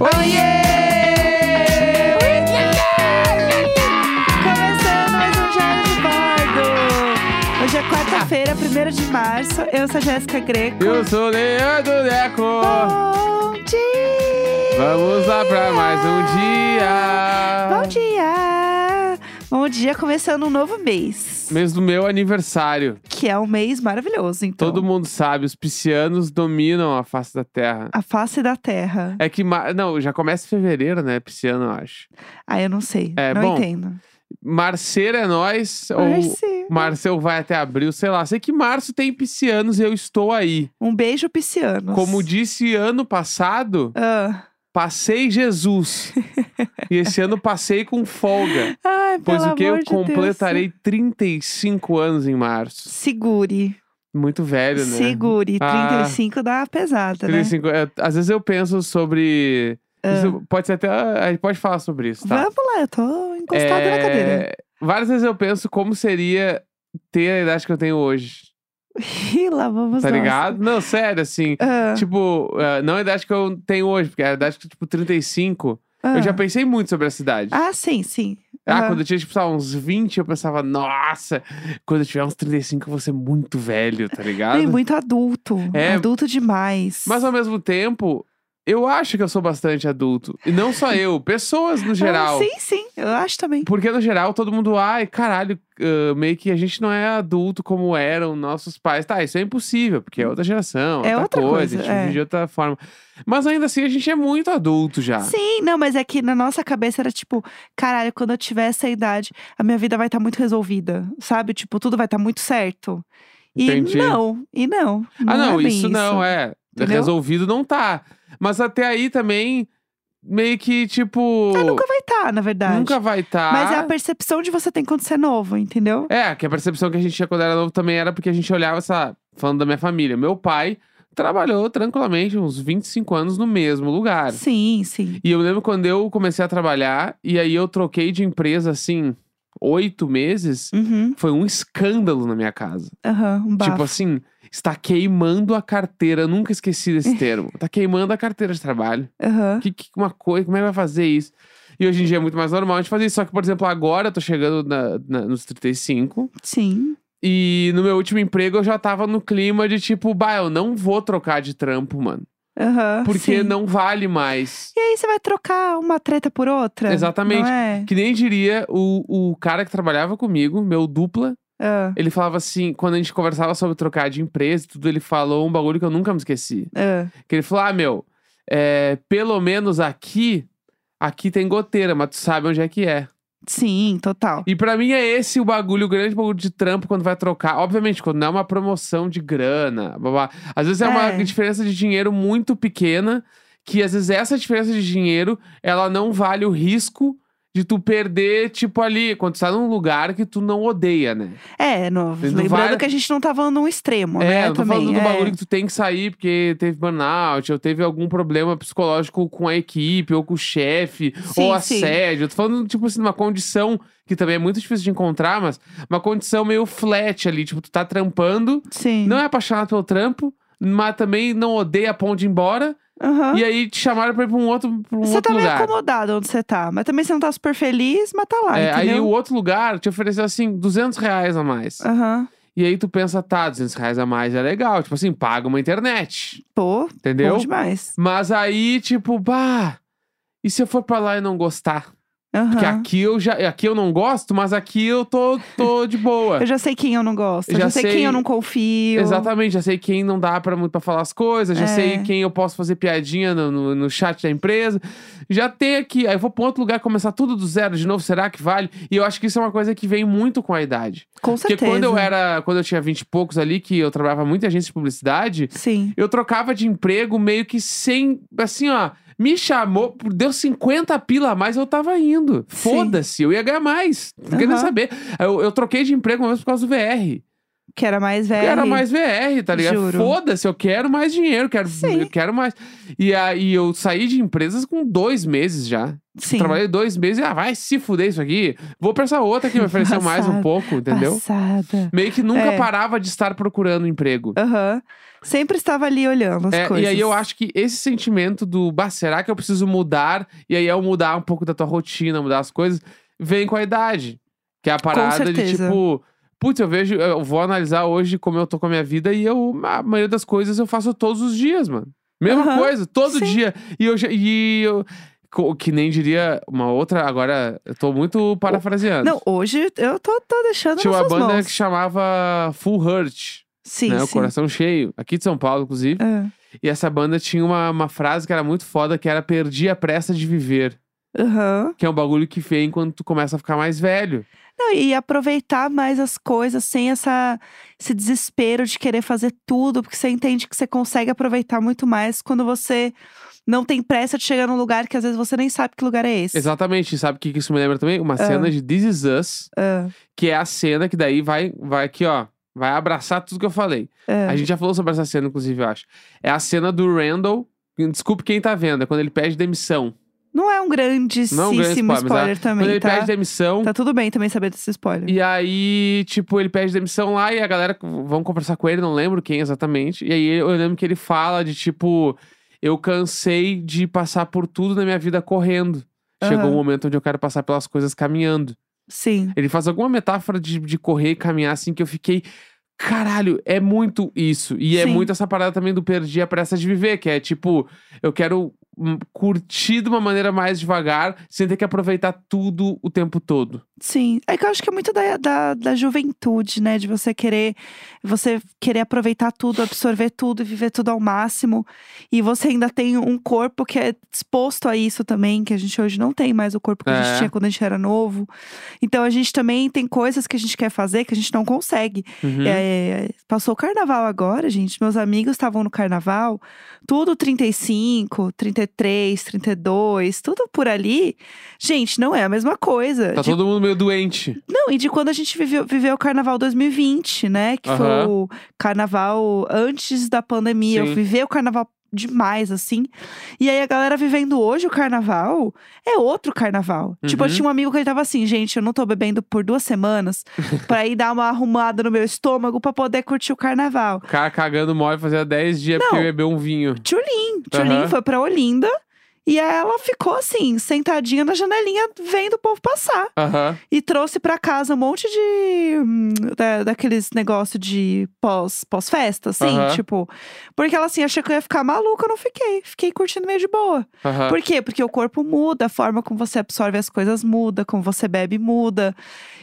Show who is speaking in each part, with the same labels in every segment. Speaker 1: Oh, um Segunda-feira, 1 é de março. Eu sou a Jéssica Greco.
Speaker 2: Eu sou o Leandro Neco.
Speaker 1: Oh, Bom dia!
Speaker 2: Vamos lá pra mais um dia.
Speaker 1: Bom dia! Bom dia, começando um novo mês.
Speaker 2: Mês do meu aniversário.
Speaker 1: Que é um mês maravilhoso, então.
Speaker 2: Todo mundo sabe, os piscianos dominam a face da Terra.
Speaker 1: A face da terra.
Speaker 2: É que, ma- não, já começa em fevereiro, né? Pisciano, eu acho.
Speaker 1: Ah, eu não sei.
Speaker 2: É,
Speaker 1: não
Speaker 2: bom,
Speaker 1: entendo.
Speaker 2: Marceiro é nós, ou
Speaker 1: Marci.
Speaker 2: Marcel vai até abril, sei lá. Sei que março tem piscianos e eu estou aí.
Speaker 1: Um beijo pisciano.
Speaker 2: Como disse ano passado,
Speaker 1: Ah.
Speaker 2: passei Jesus. e esse ano passei com folga.
Speaker 1: Ai,
Speaker 2: Pois
Speaker 1: pelo
Speaker 2: o que eu
Speaker 1: amor de Deus.
Speaker 2: completarei 35 anos em março.
Speaker 1: Segure.
Speaker 2: Muito velho, né?
Speaker 1: Segure.
Speaker 2: Ah.
Speaker 1: 35 dá pesada, né?
Speaker 2: 35, é, às vezes eu penso sobre. Isso pode ser até. ah, A gente pode falar sobre isso, tá?
Speaker 1: Vamos lá, eu tô encostada
Speaker 2: É,
Speaker 1: na cadeira.
Speaker 2: Várias vezes eu penso como seria ter a idade que eu tenho hoje.
Speaker 1: E lá vamos
Speaker 2: Tá
Speaker 1: nós.
Speaker 2: ligado? Não, sério, assim.
Speaker 1: Ah,
Speaker 2: Tipo, ah, não a idade que eu tenho hoje, porque a idade que, tipo, 35.
Speaker 1: ah.
Speaker 2: Eu já pensei muito sobre essa idade.
Speaker 1: Ah, sim, sim.
Speaker 2: Ah,
Speaker 1: ah.
Speaker 2: quando eu tinha, tipo, sei lá, uns 20, eu pensava, nossa, quando eu tiver uns 35, eu vou ser muito velho, tá ligado?
Speaker 1: E muito adulto.
Speaker 2: É.
Speaker 1: Adulto demais.
Speaker 2: Mas ao mesmo tempo, eu acho que eu sou bastante adulto. E não só eu, pessoas no geral.
Speaker 1: Ah, sim, sim, eu acho também.
Speaker 2: Porque no geral todo mundo, ai, caralho, ah, meio que a gente não é adulto como eram nossos pais. Tá, isso é impossível, porque é outra geração,
Speaker 1: É outra coisa,
Speaker 2: coisa, a gente vive
Speaker 1: é.
Speaker 2: de outra forma. Mas ainda assim a gente é muito adulto já.
Speaker 1: Sim, não, mas é que na nossa cabeça era tipo, caralho, quando eu tiver essa idade, a minha vida vai estar muito resolvida, sabe? Tipo, tudo vai estar muito certo. E
Speaker 2: Entendi.
Speaker 1: não, e não.
Speaker 2: ah, não,
Speaker 1: é bem
Speaker 2: isso, não é.
Speaker 1: Entendeu?
Speaker 2: Resolvido não tá. Mas até aí também, meio que tipo.
Speaker 1: Ah, nunca vai estar, na verdade.
Speaker 2: nunca vai tá. estar.
Speaker 1: Mas é a percepção de você tem quando você é novo, entendeu?
Speaker 2: É, que a percepção que a gente tinha quando era novo também era porque a gente olhava, essa, falando da minha família. Meu pai trabalhou tranquilamente uns 25 anos no mesmo lugar.
Speaker 1: Sim, sim.
Speaker 2: E eu lembro quando eu comecei a trabalhar, e aí eu troquei de empresa assim, oito meses,
Speaker 1: Uhum,
Speaker 2: foi um escândalo na minha casa.
Speaker 1: aham, um bafo.
Speaker 2: Tipo assim, está queimando a carteira. Eu nunca esqueci desse termo. Tá queimando a carteira de trabalho.
Speaker 1: Aham.
Speaker 2: Que, que uma coisa, como é que vai fazer isso? E hoje em dia é muito mais normal a gente fazer isso. Só que, por exemplo, agora eu tô chegando na- na- nos 35.
Speaker 1: Sim.
Speaker 2: E no meu último emprego eu já tava no clima de tipo, bah, eu não vou trocar de trampo, mano.
Speaker 1: Aham.
Speaker 2: Porque
Speaker 1: sim.
Speaker 2: não vale mais.
Speaker 1: E aí você vai trocar uma treta por outra?
Speaker 2: Exatamente.
Speaker 1: Não é?
Speaker 2: Que nem diria o, o cara que trabalhava comigo, meu dupla.
Speaker 1: Ah,
Speaker 2: Ele falava assim, quando a gente conversava sobre trocar de empresa e tudo, ele falou um bagulho que eu nunca me esqueci.
Speaker 1: ah.
Speaker 2: Que ele falou: ah, meu, é, pelo menos aqui, aqui tem goteira, mas tu sabe onde é que é.
Speaker 1: Sim, total.
Speaker 2: E pra mim é esse o bagulho, o grande bagulho de trampo quando vai trocar. Obviamente, quando não é uma promoção de grana, blá, blá. Às vezes é, uma
Speaker 1: É.
Speaker 2: diferença de dinheiro muito pequena, que às vezes essa diferença de dinheiro, ela não vale o risco de tu perder, tipo ali, quando tu tá num lugar que tu não odeia, né?
Speaker 1: É, no,
Speaker 2: Vocês não
Speaker 1: lembrando
Speaker 2: vai-
Speaker 1: que a gente não tá falando um extremo, né?
Speaker 2: é, eu tô
Speaker 1: também.
Speaker 2: falando do
Speaker 1: é.
Speaker 2: bagulho que tu tem que sair porque teve burnout, ou teve algum problema psicológico com a equipe, ou com o chefe,
Speaker 1: Sim,
Speaker 2: ou
Speaker 1: sim.
Speaker 2: assédio. Eu tô falando, tipo assim, uma condição que também é muito difícil de encontrar, mas uma condição meio flat ali. Tipo, tu tá trampando,
Speaker 1: Sim.
Speaker 2: não é apaixonado pelo trampo, mas também não odeia a ponto de ir embora.
Speaker 1: Aham.
Speaker 2: E aí te chamaram pra ir pra um outro, pra um
Speaker 1: Você
Speaker 2: é outro
Speaker 1: tá meio
Speaker 2: lugar.
Speaker 1: acomodado onde você tá, mas também você não tá super feliz, mas tá lá,
Speaker 2: É, aí o
Speaker 1: entendeu? É.
Speaker 2: outro lugar te ofereceu assim, 200 reais a mais.
Speaker 1: Aham.
Speaker 2: E aí tu pensa, tá, 200 reais a mais é legal. Tipo assim, paga uma internet.
Speaker 1: Pô,
Speaker 2: Entendeu?
Speaker 1: bom demais.
Speaker 2: Mas aí, tipo, bah, e se eu for pra lá e não gostar?
Speaker 1: Aham.
Speaker 2: Porque aqui eu já, aqui eu não gosto, mas aqui eu tô, tô de boa.
Speaker 1: Eu já sei quem eu não gosto, eu
Speaker 2: Já
Speaker 1: já sei, quem
Speaker 2: sei-
Speaker 1: eu não confio.
Speaker 2: Exatamente, já sei quem não dá pra muito pra falar as coisas, já
Speaker 1: É.
Speaker 2: sei quem eu posso fazer piadinha no, no, no chat da empresa. Já tem aqui, aí eu vou pra um outro lugar começar tudo do zero de novo, será que vale? E eu acho que isso é uma coisa que vem muito com a idade.
Speaker 1: Com
Speaker 2: Porque
Speaker 1: certeza.
Speaker 2: quando eu era, quando eu tinha 20 e poucos ali, que eu trabalhava muito em agência de publicidade,
Speaker 1: Sim.
Speaker 2: Eu trocava de emprego meio que sem. Assim, ó. Me chamou, deu 50 pila a mais, eu tava indo.
Speaker 1: Sim.
Speaker 2: Foda-se, eu ia ganhar mais. Não queria nem
Speaker 1: Aham.
Speaker 2: saber. Eu, eu troquei de emprego uma vez por causa do VR.
Speaker 1: Que era mais velho.
Speaker 2: Eu era mais VR, tá ligado?
Speaker 1: Juro.
Speaker 2: Foda-se, eu quero mais dinheiro, quero,
Speaker 1: Sim.
Speaker 2: eu quero mais. E aí eu saí de empresas com dois meses já.
Speaker 1: Sim.
Speaker 2: Trabalhei dois meses e, ah, vai se fuder isso aqui. Vou pra essa outra que me ofereceu mais um
Speaker 1: Passada.
Speaker 2: pouco, entendeu?
Speaker 1: Passada.
Speaker 2: Meio que nunca
Speaker 1: É.
Speaker 2: parava de estar procurando emprego.
Speaker 1: Aham. Sempre estava ali olhando as
Speaker 2: É,
Speaker 1: coisas.
Speaker 2: E aí eu acho que esse sentimento do, bah, será que eu preciso mudar? E aí é o mudar um pouco da tua rotina, mudar as coisas, vem com a idade. Que é a parada de
Speaker 1: certeza.
Speaker 2: tipo, Putz, eu vejo, eu vou analisar hoje como eu tô com a minha vida e eu, a maioria das coisas eu faço todos os dias, mano. Mesma
Speaker 1: Aham,
Speaker 2: coisa, todo
Speaker 1: sim.
Speaker 2: dia. E eu, já- e eu, co- que nem diria uma outra, agora eu tô muito parafraseando.
Speaker 1: Não, hoje eu tô, tô deixando
Speaker 2: Tinha
Speaker 1: nas
Speaker 2: uma
Speaker 1: suas
Speaker 2: Tipo, banda
Speaker 1: mãos.
Speaker 2: que chamava Full Hurt,
Speaker 1: Sim,
Speaker 2: né? O
Speaker 1: sim.
Speaker 2: Coração Cheio, aqui de São Paulo, inclusive.
Speaker 1: Ah,
Speaker 2: E essa banda tinha uma, uma frase que era muito foda, que era Perdi a pressa de viver.
Speaker 1: Aham.
Speaker 2: Que é um bagulho que vem quando tu começa a ficar mais velho.
Speaker 1: Não, e aproveitar mais as coisas sem essa, esse desespero de querer fazer tudo, porque você entende que você consegue aproveitar muito mais quando você não tem pressa de chegar num lugar que às vezes você nem sabe que lugar é esse.
Speaker 2: Exatamente. Sabe o que que isso me lembra também? Uma cena de This Is Us,
Speaker 1: Ah,
Speaker 2: que é a cena que daí vai, vai aqui, ó. Vai abraçar tudo que eu falei.
Speaker 1: ah.
Speaker 2: A gente já falou sobre essa cena, inclusive, eu acho. É a cena do Randall. Desculpe quem tá vendo, é quando ele pede demissão.
Speaker 1: Não é
Speaker 2: Não
Speaker 1: um
Speaker 2: é um grande
Speaker 1: grandíssimo
Speaker 2: spoiler, mas
Speaker 1: spoiler
Speaker 2: quando
Speaker 1: também,
Speaker 2: ele
Speaker 1: tá?
Speaker 2: pede demissão,
Speaker 1: Tá tudo bem também saber desse spoiler.
Speaker 2: E aí, tipo, ele pede demissão lá e a galera vão conversar com ele, não lembro quem exatamente. E aí eu lembro que ele fala de tipo, eu cansei de passar por tudo na minha vida correndo. Chegou
Speaker 1: Aham.
Speaker 2: um momento onde eu quero passar pelas coisas caminhando.
Speaker 1: Sim.
Speaker 2: Ele faz alguma metáfora de, de correr e caminhar assim que eu fiquei. Caralho, é muito isso. E é
Speaker 1: Sim.
Speaker 2: muito essa parada também do perdi a pressa de viver, que é tipo, eu quero hum, curtir de uma maneira mais devagar, sem ter que aproveitar tudo o tempo todo.
Speaker 1: Sim, é que eu acho que é muito da, da, da juventude, né? De você querer, você querer aproveitar tudo, absorver tudo e viver tudo ao máximo. E você ainda tem um corpo que é disposto a isso também, que a gente hoje não tem mais o corpo que a
Speaker 2: É.
Speaker 1: gente tinha quando a gente era novo. Então a gente também tem coisas que a gente quer fazer que a gente não consegue.
Speaker 2: Uhum.
Speaker 1: É, passou o carnaval agora, gente. Meus amigos estavam no carnaval, tudo 35, 33, 32, tudo por ali. Gente, não é a mesma coisa.
Speaker 2: Tá
Speaker 1: De
Speaker 2: todo mundo meio doente.
Speaker 1: não, e de quando a gente viveu, viveu o carnaval 2020, né? Que foi
Speaker 2: Aham.
Speaker 1: o carnaval antes da pandemia.
Speaker 2: Sim.
Speaker 1: Eu vivi o carnaval demais, assim. E aí a galera vivendo hoje o carnaval é outro carnaval. Tipo, eu
Speaker 2: Uhum.
Speaker 1: tinha um amigo que ele tava assim, gente, eu não tô bebendo por duas semanas pra ir dar uma arrumada no meu estômago pra poder curtir o carnaval.
Speaker 2: O cara cagando mole fazia 10 dias
Speaker 1: Não.
Speaker 2: porque bebeu um vinho.
Speaker 1: Tchulin, Tchulin
Speaker 2: Aham.
Speaker 1: foi pra Olinda. E aí ela ficou assim, sentadinha na janelinha, vendo o povo passar.
Speaker 2: Aham.
Speaker 1: E trouxe pra casa um monte de. hum, da- daqueles negócio de pós- pós-festa, assim,
Speaker 2: Aham.
Speaker 1: tipo. Porque ela assim, achei que eu ia ficar maluca, eu não fiquei. Fiquei curtindo meio de boa.
Speaker 2: Aham.
Speaker 1: Por quê? Porque o corpo muda, a forma como você absorve as coisas muda, como você bebe muda.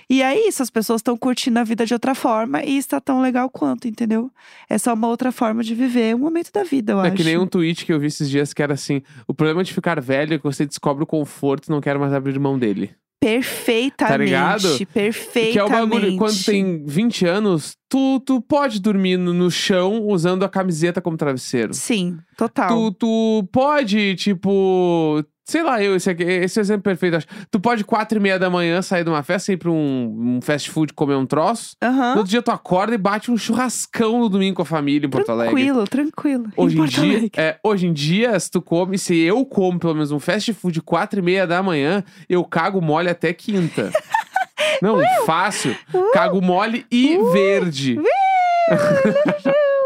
Speaker 1: E é isso, as pessoas estão curtindo a vida de outra forma e está tão legal quanto, entendeu? É só uma outra forma de viver um momento da vida, eu
Speaker 2: É
Speaker 1: acho.
Speaker 2: que nem um tweet que eu vi esses dias que era assim: o problema de ficar velho é que você descobre o conforto e não quer mais abrir mão dele.
Speaker 1: Perfeitamente.
Speaker 2: Tá ligado?
Speaker 1: Perfeitamente.
Speaker 2: Que é o bagulho, quando tem 20 anos, tu, tu pode dormir no, no chão usando a camiseta como travesseiro.
Speaker 1: Sim, total.
Speaker 2: Tu, tu pode, tipo. Sei lá, eu, esse, aqui, esse é o exemplo perfeito. eu acho. Tu pode, quatro e meia da manhã, sair de uma festa, ir pra um, um fast food comer um troço.
Speaker 1: Aham.
Speaker 2: No outro dia tu acorda e bate um churrascão no domingo com a família em Porto Alegre.
Speaker 1: Tranquilo, tranquilo. Em
Speaker 2: Hoje em,
Speaker 1: Porto
Speaker 2: dia,
Speaker 1: Alegre.
Speaker 2: é, hoje em dia, se tu come, se eu como pelo menos um fast food quatro e meia da manhã, eu cago mole até quinta. Não, fácil.
Speaker 1: Uh!
Speaker 2: Cago mole e verde.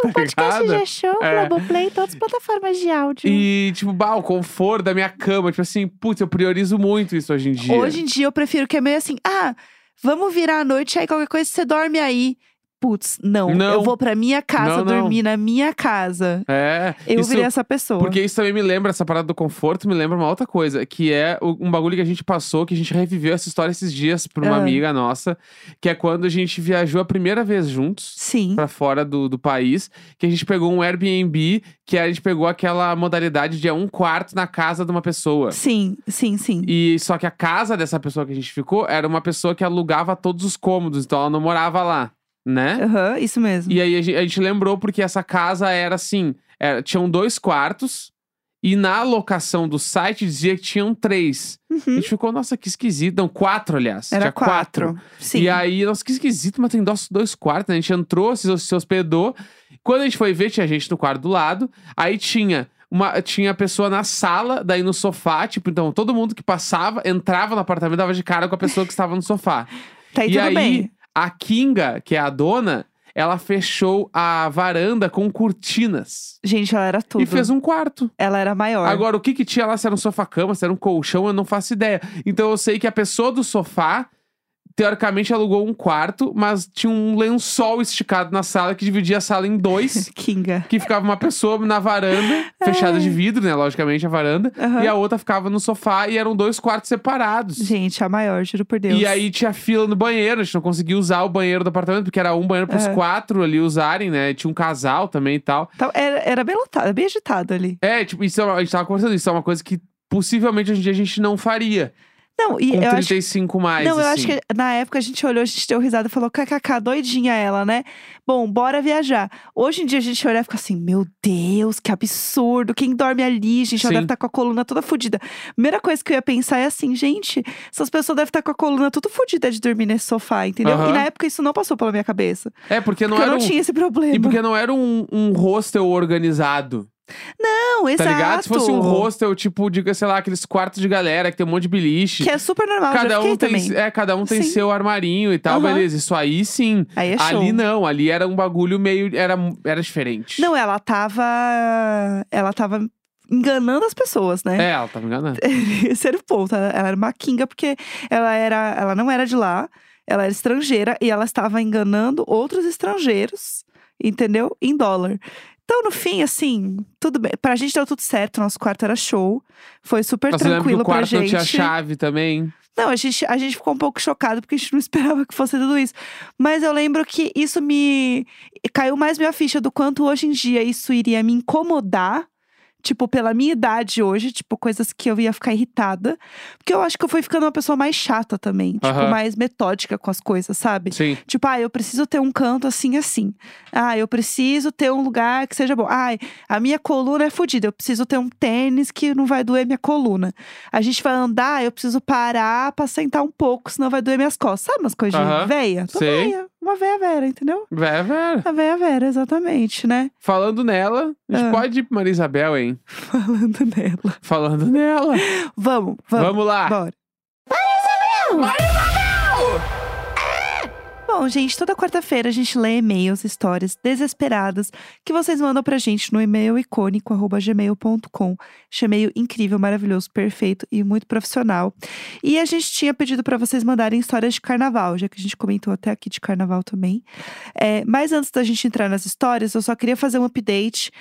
Speaker 3: O podcast
Speaker 2: ligado?
Speaker 3: já show,
Speaker 2: É.
Speaker 3: Globoplay, todas as plataformas de áudio.
Speaker 2: E, tipo, bah, o conforto da minha cama. Tipo assim, putz, eu priorizo muito isso hoje em dia.
Speaker 1: Hoje em dia eu prefiro que é meio assim, ah, vamos virar à noite, aí qualquer coisa você dorme aí. Putz, não,
Speaker 2: Não.
Speaker 1: eu vou pra minha casa
Speaker 2: Não, não.
Speaker 1: dormir na minha casa.
Speaker 2: É.
Speaker 1: Eu
Speaker 2: isso,
Speaker 1: virei essa pessoa.
Speaker 2: Porque isso também me lembra, essa parada do conforto, me lembra uma outra coisa, que é o- um bagulho que a gente passou, que a gente reviveu essa história esses dias pra uma
Speaker 1: Ah.
Speaker 2: amiga nossa, que é quando a gente viajou a primeira vez juntos.
Speaker 1: Sim.
Speaker 2: Pra fora do, do país, que a gente pegou um Airbnb, que a gente pegou aquela modalidade de é um quarto na casa de uma pessoa.
Speaker 1: Sim, sim, sim.
Speaker 2: E só que a casa dessa pessoa que a gente ficou era uma pessoa que alugava todos os cômodos, então ela não morava lá, né?
Speaker 1: Aham, isso mesmo.
Speaker 2: E aí a gente, a gente lembrou porque essa casa era assim: era- tinham dois quartos, e na alocação do site dizia que tinham três. A
Speaker 1: Uhum.
Speaker 2: gente ficou, nossa, que esquisito. Não, quatro, aliás.
Speaker 1: Era
Speaker 2: tinha
Speaker 1: quatro. Sim.
Speaker 2: E aí, nossa, que esquisito, mas tem dois, dois quartos, né? A gente entrou, se, se hospedou. Quando a gente foi ver, tinha gente no quarto do lado. Aí tinha. Uma, tinha a pessoa na sala, daí no sofá, tipo, então todo mundo que passava, entrava no apartamento, dava de cara com a pessoa que estava no sofá.
Speaker 1: tá aí
Speaker 2: e
Speaker 1: tudo
Speaker 2: aí,
Speaker 1: bem.
Speaker 2: a Kinga, que é a dona, ela fechou a varanda com cortinas.
Speaker 1: Gente, ela era tudo.
Speaker 2: E fez um quarto.
Speaker 1: Ela era maior.
Speaker 2: Agora, o que que tinha lá? Se era um sofá-cama, se era um colchão, eu não faço ideia. Então, eu sei que a pessoa do sofá teoricamente alugou um quarto, mas tinha um lençol esticado na sala que dividia a sala em dois.
Speaker 1: Kinga.
Speaker 2: Que ficava uma pessoa na varanda, fechada de vidro, né? Logicamente, a varanda.
Speaker 1: Aham.
Speaker 2: E a outra ficava no sofá e eram dois quartos separados.
Speaker 1: Gente, a maior, juro por Deus.
Speaker 2: E aí tinha fila no banheiro, a gente não conseguia usar o banheiro do apartamento, porque era um banheiro pros
Speaker 1: Aham.
Speaker 2: quatro ali usarem, né? Tinha um casal também e tal.
Speaker 1: Então, era, era bem lotado, bem agitado ali.
Speaker 2: É, tipo, isso é uma- a gente tava conversando, isso é uma coisa que possivelmente hoje em dia a gente não faria.
Speaker 1: Não, e
Speaker 2: Com
Speaker 1: eu acho
Speaker 2: 35 mais.
Speaker 1: Não, eu
Speaker 2: assim.
Speaker 1: acho que na época a gente olhou, a gente deu risada e falou, kkk, doidinha ela, né? Bom, bora viajar. Hoje em dia a gente olha e fica assim, meu Deus, que absurdo. Quem dorme ali, gente, já
Speaker 2: Sim.
Speaker 1: deve estar com a coluna toda fodida. Primeira coisa que eu ia pensar é assim, gente, essas pessoas devem estar com a coluna tudo fodida de dormir nesse sofá, entendeu?
Speaker 2: Aham.
Speaker 1: E na época isso não passou pela minha cabeça.
Speaker 2: É, porque não
Speaker 1: porque eu
Speaker 2: era
Speaker 1: não
Speaker 2: um.
Speaker 1: tinha esse
Speaker 2: E
Speaker 1: problema.
Speaker 2: porque não era um, um hostel organizado,
Speaker 1: Não,
Speaker 2: tá
Speaker 1: exato.
Speaker 2: ligado? Se fosse um hostel, tipo, diga, sei lá, aqueles quartos de galera que tem um monte de beliche.
Speaker 1: Que é super normal, eu já
Speaker 2: cada
Speaker 1: fiquei
Speaker 2: um tem,
Speaker 1: também.
Speaker 2: é, cada um tem
Speaker 1: Sim.
Speaker 2: seu armarinho e tal,
Speaker 1: Aham.
Speaker 2: beleza. Isso aí sim.
Speaker 1: Aí é show.
Speaker 2: ali não, ali era um bagulho meio. Era, era diferente.
Speaker 1: Não, ela tava. Ela tava enganando as pessoas, né?
Speaker 2: É, ela tá me enganando.
Speaker 1: Esse era o ponto. Ela, ela era uma kinga porque ela, era, ela não era de lá, ela era estrangeira e ela estava enganando outros estrangeiros, entendeu? Em dólar. Então, no fim, assim, tudo bem. Pra gente deu tudo certo, nosso quarto era show. Foi super
Speaker 2: Mas você lembra que
Speaker 1: tranquilo
Speaker 2: o quarto
Speaker 1: pra
Speaker 2: não
Speaker 1: gente.
Speaker 2: tinha chave também?
Speaker 1: Não, a gente, a gente ficou um pouco chocado porque a gente não esperava que fosse tudo isso. Mas eu lembro que isso me. caiu mais minha ficha do quanto hoje em dia isso iria me incomodar. Tipo, pela minha idade hoje, tipo, coisas que eu ia ficar irritada. Porque eu acho que eu fui ficando uma pessoa mais chata também. Tipo,
Speaker 2: Aham.
Speaker 1: mais metódica com as coisas, sabe?
Speaker 2: Sim.
Speaker 1: Tipo, ah, eu preciso ter um canto assim, assim. Ah, eu preciso ter um lugar que seja bom. Ai, a minha coluna é fodida. Eu preciso ter um tênis que não vai doer minha coluna. A gente vai andar, eu preciso parar pra sentar um pouco, senão vai doer minhas costas. Sabe umas coisas
Speaker 2: Aham,
Speaker 1: de véia? Tô
Speaker 2: sei.
Speaker 1: véia. Uma véia vera, entendeu?
Speaker 2: Vé, vé.
Speaker 1: A véia vera, exatamente, né?
Speaker 2: É, Falando nela, a gente
Speaker 1: Ah.
Speaker 2: pode ir pra Maria Isabel, hein?
Speaker 1: Falando nela.
Speaker 2: Falando nela.
Speaker 1: Vamos,
Speaker 2: Vamos,
Speaker 1: vamos.
Speaker 2: lá.
Speaker 1: Bora. Bom, gente, toda quarta-feira a gente lê e-mails, histórias desesperadas que vocês mandam pra gente no e-mail icônico, arroba gmail.com. Esse e-mail incrível, maravilhoso, perfeito e muito profissional. E a gente tinha pedido pra vocês mandarem histórias de carnaval, já que a gente comentou até aqui de carnaval também. É, mas antes da gente entrar nas histórias, eu só queria fazer um update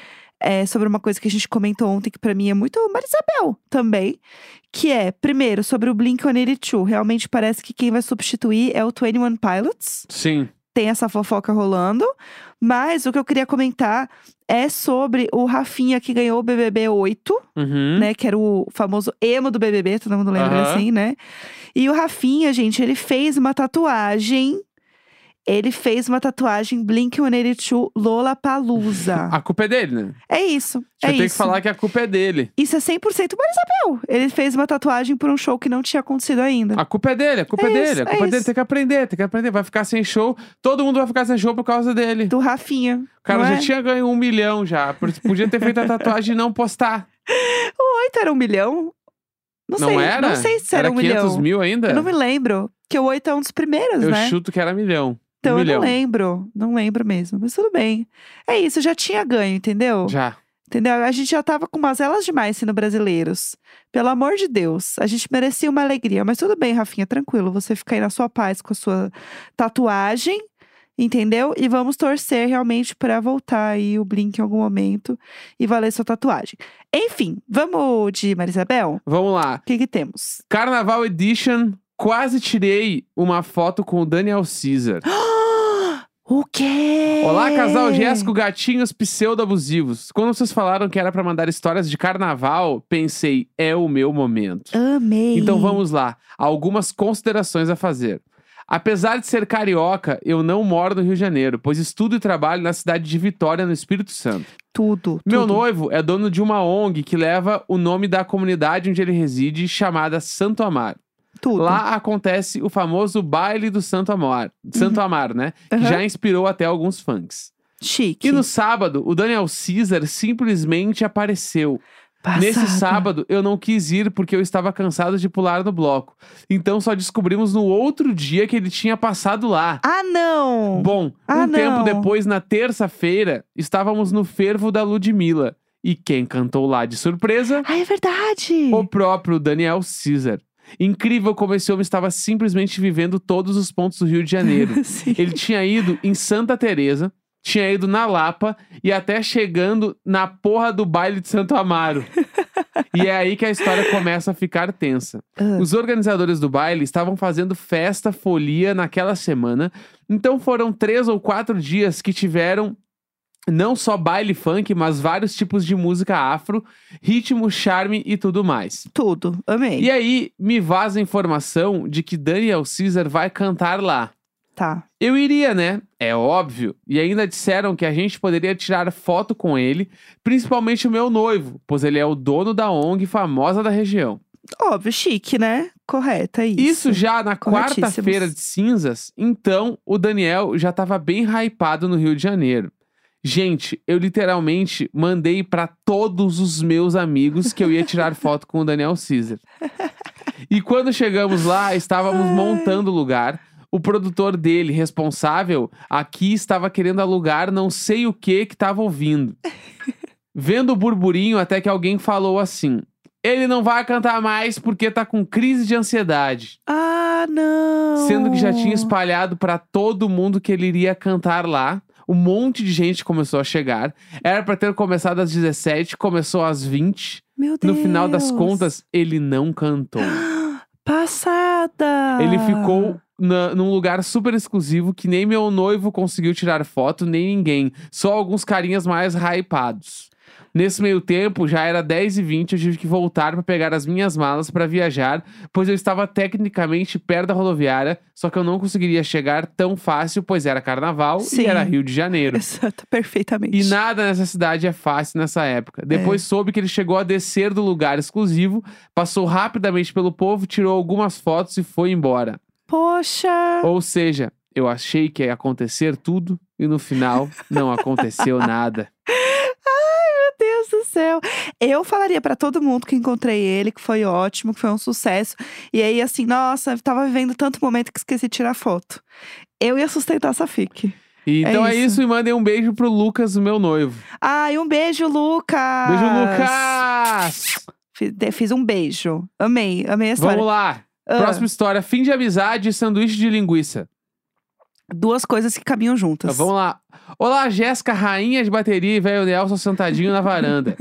Speaker 1: é, sobre uma coisa que a gente comentou ontem, que pra mim é muito Marisabel também. Que é, primeiro, sobre o Blink-182. Realmente parece que quem vai substituir é o 21 Pilots
Speaker 2: Sim.
Speaker 1: tem essa fofoca rolando. Mas o que eu queria comentar é sobre o Rafinha que ganhou o BBB 8,
Speaker 2: Uhum.
Speaker 1: né? Que era o famoso emo do BBB, todo mundo lembra
Speaker 2: Aham.
Speaker 1: assim, né? E o Rafinha, gente, ele fez uma tatuagem. Ele fez uma tatuagem Blink-182 Lollapalooza.
Speaker 2: A culpa é dele, né?
Speaker 1: é isso,
Speaker 2: A
Speaker 1: é
Speaker 2: gente tem que
Speaker 1: isso.
Speaker 2: falar que a culpa é dele.
Speaker 1: Isso é 100% Marisabel. Ele fez uma tatuagem por um show que não tinha acontecido ainda.
Speaker 2: A culpa é dele, a culpa é,
Speaker 1: É
Speaker 2: dele,
Speaker 1: isso,
Speaker 2: a culpa
Speaker 1: é
Speaker 2: é dele.
Speaker 1: isso.
Speaker 2: Tem que aprender, tem que aprender. Vai ficar sem show. Todo mundo vai ficar sem show por causa dele.
Speaker 1: Do Rafinha.
Speaker 2: O cara
Speaker 1: não
Speaker 2: já
Speaker 1: é?
Speaker 2: tinha ganho um milhão já. por- Podia ter feito a tatuagem e não postar.
Speaker 1: Oito era um milhão? Não, sei.
Speaker 2: era?
Speaker 1: Não sei se era, um
Speaker 2: 500
Speaker 1: milhão.
Speaker 2: mil ainda?
Speaker 1: Eu não me lembro. Porque o 8 é um dos primeiros,
Speaker 2: Eu
Speaker 1: né?
Speaker 2: chuto que era milhão.
Speaker 1: então
Speaker 2: um
Speaker 1: eu
Speaker 2: milhão.
Speaker 1: não lembro. Não lembro mesmo. Mas tudo bem. É isso, já tinha ganho, entendeu?
Speaker 2: Já.
Speaker 1: Entendeu? A gente já tava com umas elas demais sendo brasileiros. Pelo amor de Deus. A gente merecia uma alegria. Mas tudo bem, Rafinha, tranquilo. Você fica aí na sua paz com a sua tatuagem. Entendeu? E vamos torcer realmente pra voltar aí o Blink em algum momento e valer sua tatuagem. Enfim, vamos de Marisabel?
Speaker 2: Vamos lá.
Speaker 1: O que que temos?
Speaker 2: Carnaval Edition. Quase tirei uma foto com o Daniel Caesar.
Speaker 1: O quê?
Speaker 2: Olá, casal Jéssico Gatinhos Pseudo-Abusivos. Quando vocês falaram que era pra mandar histórias de carnaval, pensei, é o meu momento.
Speaker 1: Amei.
Speaker 2: Então vamos lá, algumas considerações a fazer. Apesar de ser carioca, eu não moro no Rio de Janeiro, pois estudo e trabalho na cidade de Vitória, no Espírito Santo.
Speaker 1: Tudo.
Speaker 2: Meu
Speaker 1: tudo.
Speaker 2: noivo é dono de uma ONG que leva o nome da comunidade onde ele reside, chamada Santo Amar.
Speaker 1: Tudo.
Speaker 2: Lá acontece o famoso baile do Santo Amar, Santo Amar, né? Que
Speaker 1: Uhum. Aham.
Speaker 2: já inspirou até alguns funks.
Speaker 1: Chique.
Speaker 2: E no sábado, o Daniel Caesar simplesmente apareceu.
Speaker 1: Passado.
Speaker 2: Nesse sábado, eu não quis ir porque eu estava cansado de pular no bloco. Então só descobrimos no outro dia que ele tinha passado lá.
Speaker 1: Ah, não!
Speaker 2: Bom,
Speaker 1: Ah,
Speaker 2: um tempo
Speaker 1: não.
Speaker 2: depois, na terça-feira, estávamos no fervo da Ludmilla. E quem cantou lá de surpresa?
Speaker 1: Ah, é verdade!
Speaker 2: O próprio Daniel Caesar. Incrível como esse homem estava simplesmente vivendo todos os pontos do Rio de Janeiro.
Speaker 1: Sim.
Speaker 2: Ele tinha ido em Santa Teresa, tinha ido na Lapa e até chegando na porra do baile de Santo Amaro. e é aí que a história começa a ficar tensa.
Speaker 1: Ah.
Speaker 2: Os organizadores do baile estavam fazendo festa, folia naquela semana. Então foram três ou quatro dias que tiveram não só baile funk, mas vários tipos de música afro, ritmo, charme e tudo mais.
Speaker 1: Tudo. Amei.
Speaker 2: E aí me vaza a informação de que Daniel Caesar vai cantar lá.
Speaker 1: Tá.
Speaker 2: Eu iria, né? É óbvio. E ainda disseram que a gente poderia tirar foto com ele, principalmente o meu noivo, pois ele é o dono da ONG famosa da região.
Speaker 1: Óbvio, chique, né? Correto, é isso.
Speaker 2: Isso, já na
Speaker 1: Corretíssimos.
Speaker 2: quarta-feira de cinzas, então o Daniel já estava bem hypado no Rio de Janeiro. Gente, eu literalmente mandei para todos os meus amigos que eu ia tirar foto com o Daniel Caesar. E quando chegamos lá, estávamos montando o lugar. O produtor dele, responsável, aqui estava querendo alugar não sei o que que estava ouvindo. Vendo o burburinho até que alguém falou assim: "Ele não vai cantar mais porque tá com crise de ansiedade",
Speaker 1: Ah, não.
Speaker 2: sendo que já tinha espalhado para todo mundo que ele iria cantar lá. Um monte de gente começou a chegar. Era para ter começado às 17, começou às 20.
Speaker 1: Meu
Speaker 2: No
Speaker 1: Deus.
Speaker 2: final das contas, ele não cantou.
Speaker 1: Passada.
Speaker 2: Ele ficou na- num lugar super exclusivo que nem meu noivo conseguiu tirar foto, nem ninguém. Só alguns carinhas mais hypados. Nesse meio tempo, já era 10h20, eu tive que voltar para pegar as minhas malas para viajar, pois eu estava tecnicamente perto da rodoviária, só que eu não conseguiria chegar tão fácil, pois era carnaval
Speaker 1: Sim.
Speaker 2: e era Rio de Janeiro.
Speaker 1: Exato, perfeitamente.
Speaker 2: E nada nessa cidade é fácil nessa época. Depois soube que ele chegou a descer do lugar exclusivo, passou rapidamente pelo povo, tirou algumas fotos e foi embora.
Speaker 1: Poxa.
Speaker 2: Ou seja, eu achei que ia acontecer tudo e no final não aconteceu nada.
Speaker 1: Deus do céu. Eu falaria pra todo mundo que encontrei ele, que foi ótimo, que foi um sucesso. E aí, assim, nossa, eu tava vivendo tanto momento que esqueci de tirar foto. Eu ia sustentar essa fic.
Speaker 2: E
Speaker 1: É
Speaker 2: então é isso.
Speaker 1: isso.
Speaker 2: e mandem um beijo pro Lucas, o meu noivo.
Speaker 1: Ai, um beijo, Lucas!
Speaker 2: Beijo, Lucas!
Speaker 1: Fi- de- Fiz um beijo. Amei, amei a história.
Speaker 2: Vamos lá.
Speaker 1: Ah,
Speaker 2: Próxima história: fim de amizade e sanduíche de linguiça. Tá,
Speaker 1: Duas coisas que caminham juntas.
Speaker 2: Ah, Vamos lá. Olá, Jéssica, rainha de bateria e velho Nelson sentadinho na varanda.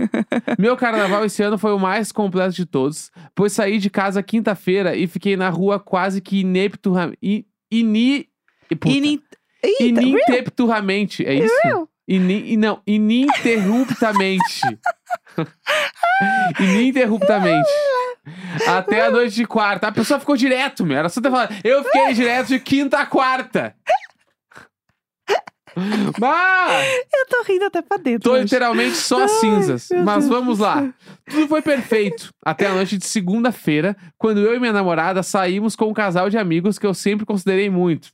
Speaker 2: Meu carnaval esse ano foi o mais completo de todos, pois saí de casa quinta-feira e fiquei na rua quase que inepto... I, ini... puta.
Speaker 1: Ini- Eita,
Speaker 2: Ininterruptamente, é isso? Ini, e não, ininterruptamente. ininterruptamente. Até a noite de quarta. A pessoa ficou direto, meu. Era só ter falado. Eu fiquei direto de quinta a quarta. Mas...
Speaker 1: eu tô rindo até pra dentro.
Speaker 2: Tô
Speaker 1: hoje.
Speaker 2: literalmente só cinzas.
Speaker 1: meu
Speaker 2: Mas
Speaker 1: Deus
Speaker 2: vamos
Speaker 1: do
Speaker 2: lá.
Speaker 1: céu.
Speaker 2: Tudo foi perfeito. Até a noite de segunda-feira, quando eu e minha namorada saímos com um casal de amigos que eu sempre considerei muito.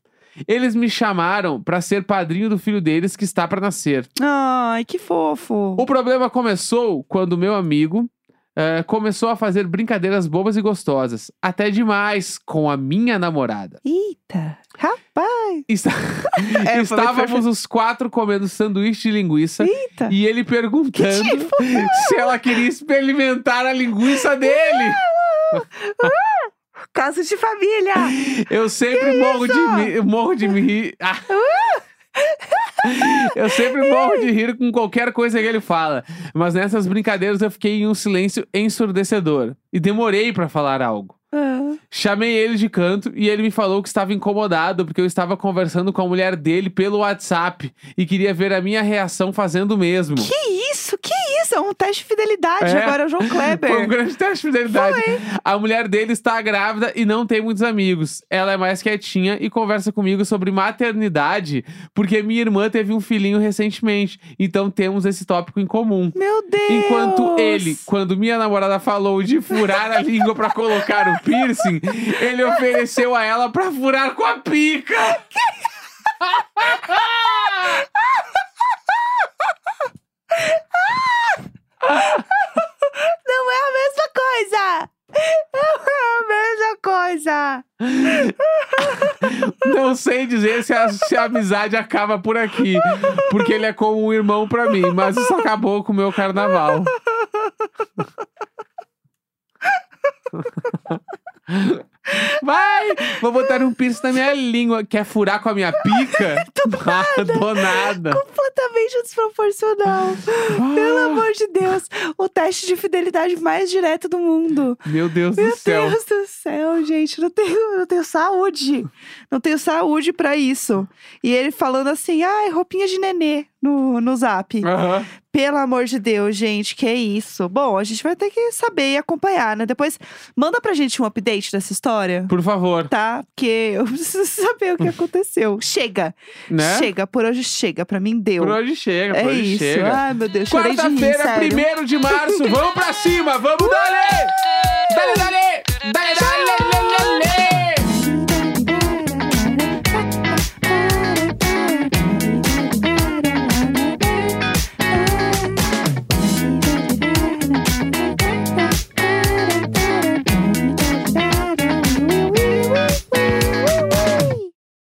Speaker 2: Eles me chamaram pra ser padrinho do filho deles que está pra nascer.
Speaker 1: Ai, que fofo.
Speaker 2: O problema começou quando meu amigo eh, começou a fazer brincadeiras bobas e gostosas. Até demais com a minha namorada.
Speaker 1: Eita, rapaz.
Speaker 2: Está-
Speaker 1: É, foi muito
Speaker 2: Estávamos os quatro comendo sanduíche de linguiça
Speaker 1: Eita.
Speaker 2: e ele perguntando
Speaker 1: tipo?
Speaker 2: se ela queria experimentar a linguiça dele.
Speaker 1: Caso de família.
Speaker 2: Eu sempre morro de, mi- eu morro de me rir. Ah. Eu sempre morro de rir com qualquer coisa que ele fala. Mas nessas brincadeiras eu fiquei em um silêncio ensurdecedor e demorei para falar algo.
Speaker 1: Ah,
Speaker 2: Chamei ele de canto e ele me falou que estava incomodado porque eu estava conversando com a mulher dele pelo WhatsApp e queria ver a minha reação fazendo o mesmo.
Speaker 1: que isso, que isso? É um teste de fidelidade.
Speaker 2: É.
Speaker 1: Agora é o João
Speaker 2: Foi um
Speaker 1: Kleber.
Speaker 2: grande teste de fidelidade. A mulher dele está grávida e não tem muitos amigos. Ela é mais quietinha e conversa comigo sobre maternidade, porque minha irmã teve um filhinho recentemente. Então temos esse tópico em comum.
Speaker 1: Meu Deus.
Speaker 2: Enquanto ele, quando minha namorada falou de furar a língua pra colocar o piercing, ele ofereceu a ela pra furar com a pica.
Speaker 1: Não é a mesma coisa. Não é a mesma coisa.
Speaker 2: Não sei dizer se a, se a amizade acaba por aqui, porque ele é como um irmão pra mim, mas isso acabou com o meu carnaval. Vai! Vou botar um piercing na minha língua. Quer furar com a minha pica? Ah, Do nada.
Speaker 1: Completamente desproporcional. Pelo amor de Deus. O teste de fidelidade mais direto do mundo.
Speaker 2: Meu Deus
Speaker 1: Meu
Speaker 2: do céu.
Speaker 1: Deus do céu, gente, não tenho, não tenho saúde. Não tenho saúde pra isso. E ele falando assim, ai, roupinha de nenê no, no zap.
Speaker 2: Aham.
Speaker 1: Pelo amor de Deus, gente, que é isso. Bom, a gente vai ter que saber e acompanhar, né? Depois, manda pra gente um update dessa história,
Speaker 2: Por favor.
Speaker 1: tá? Porque eu preciso saber o que aconteceu. Chega,
Speaker 2: Né?
Speaker 1: chega, por hoje chega, pra mim deu.
Speaker 2: Por hoje chega, por
Speaker 1: é
Speaker 2: hoje
Speaker 1: isso,
Speaker 2: chega.
Speaker 1: ai meu Deus, chorei de rir,
Speaker 2: Quarta-feira,
Speaker 1: sério.
Speaker 2: 1 de março. Vamos pra cima, vamos dali! Dali, dali! Dali, dali!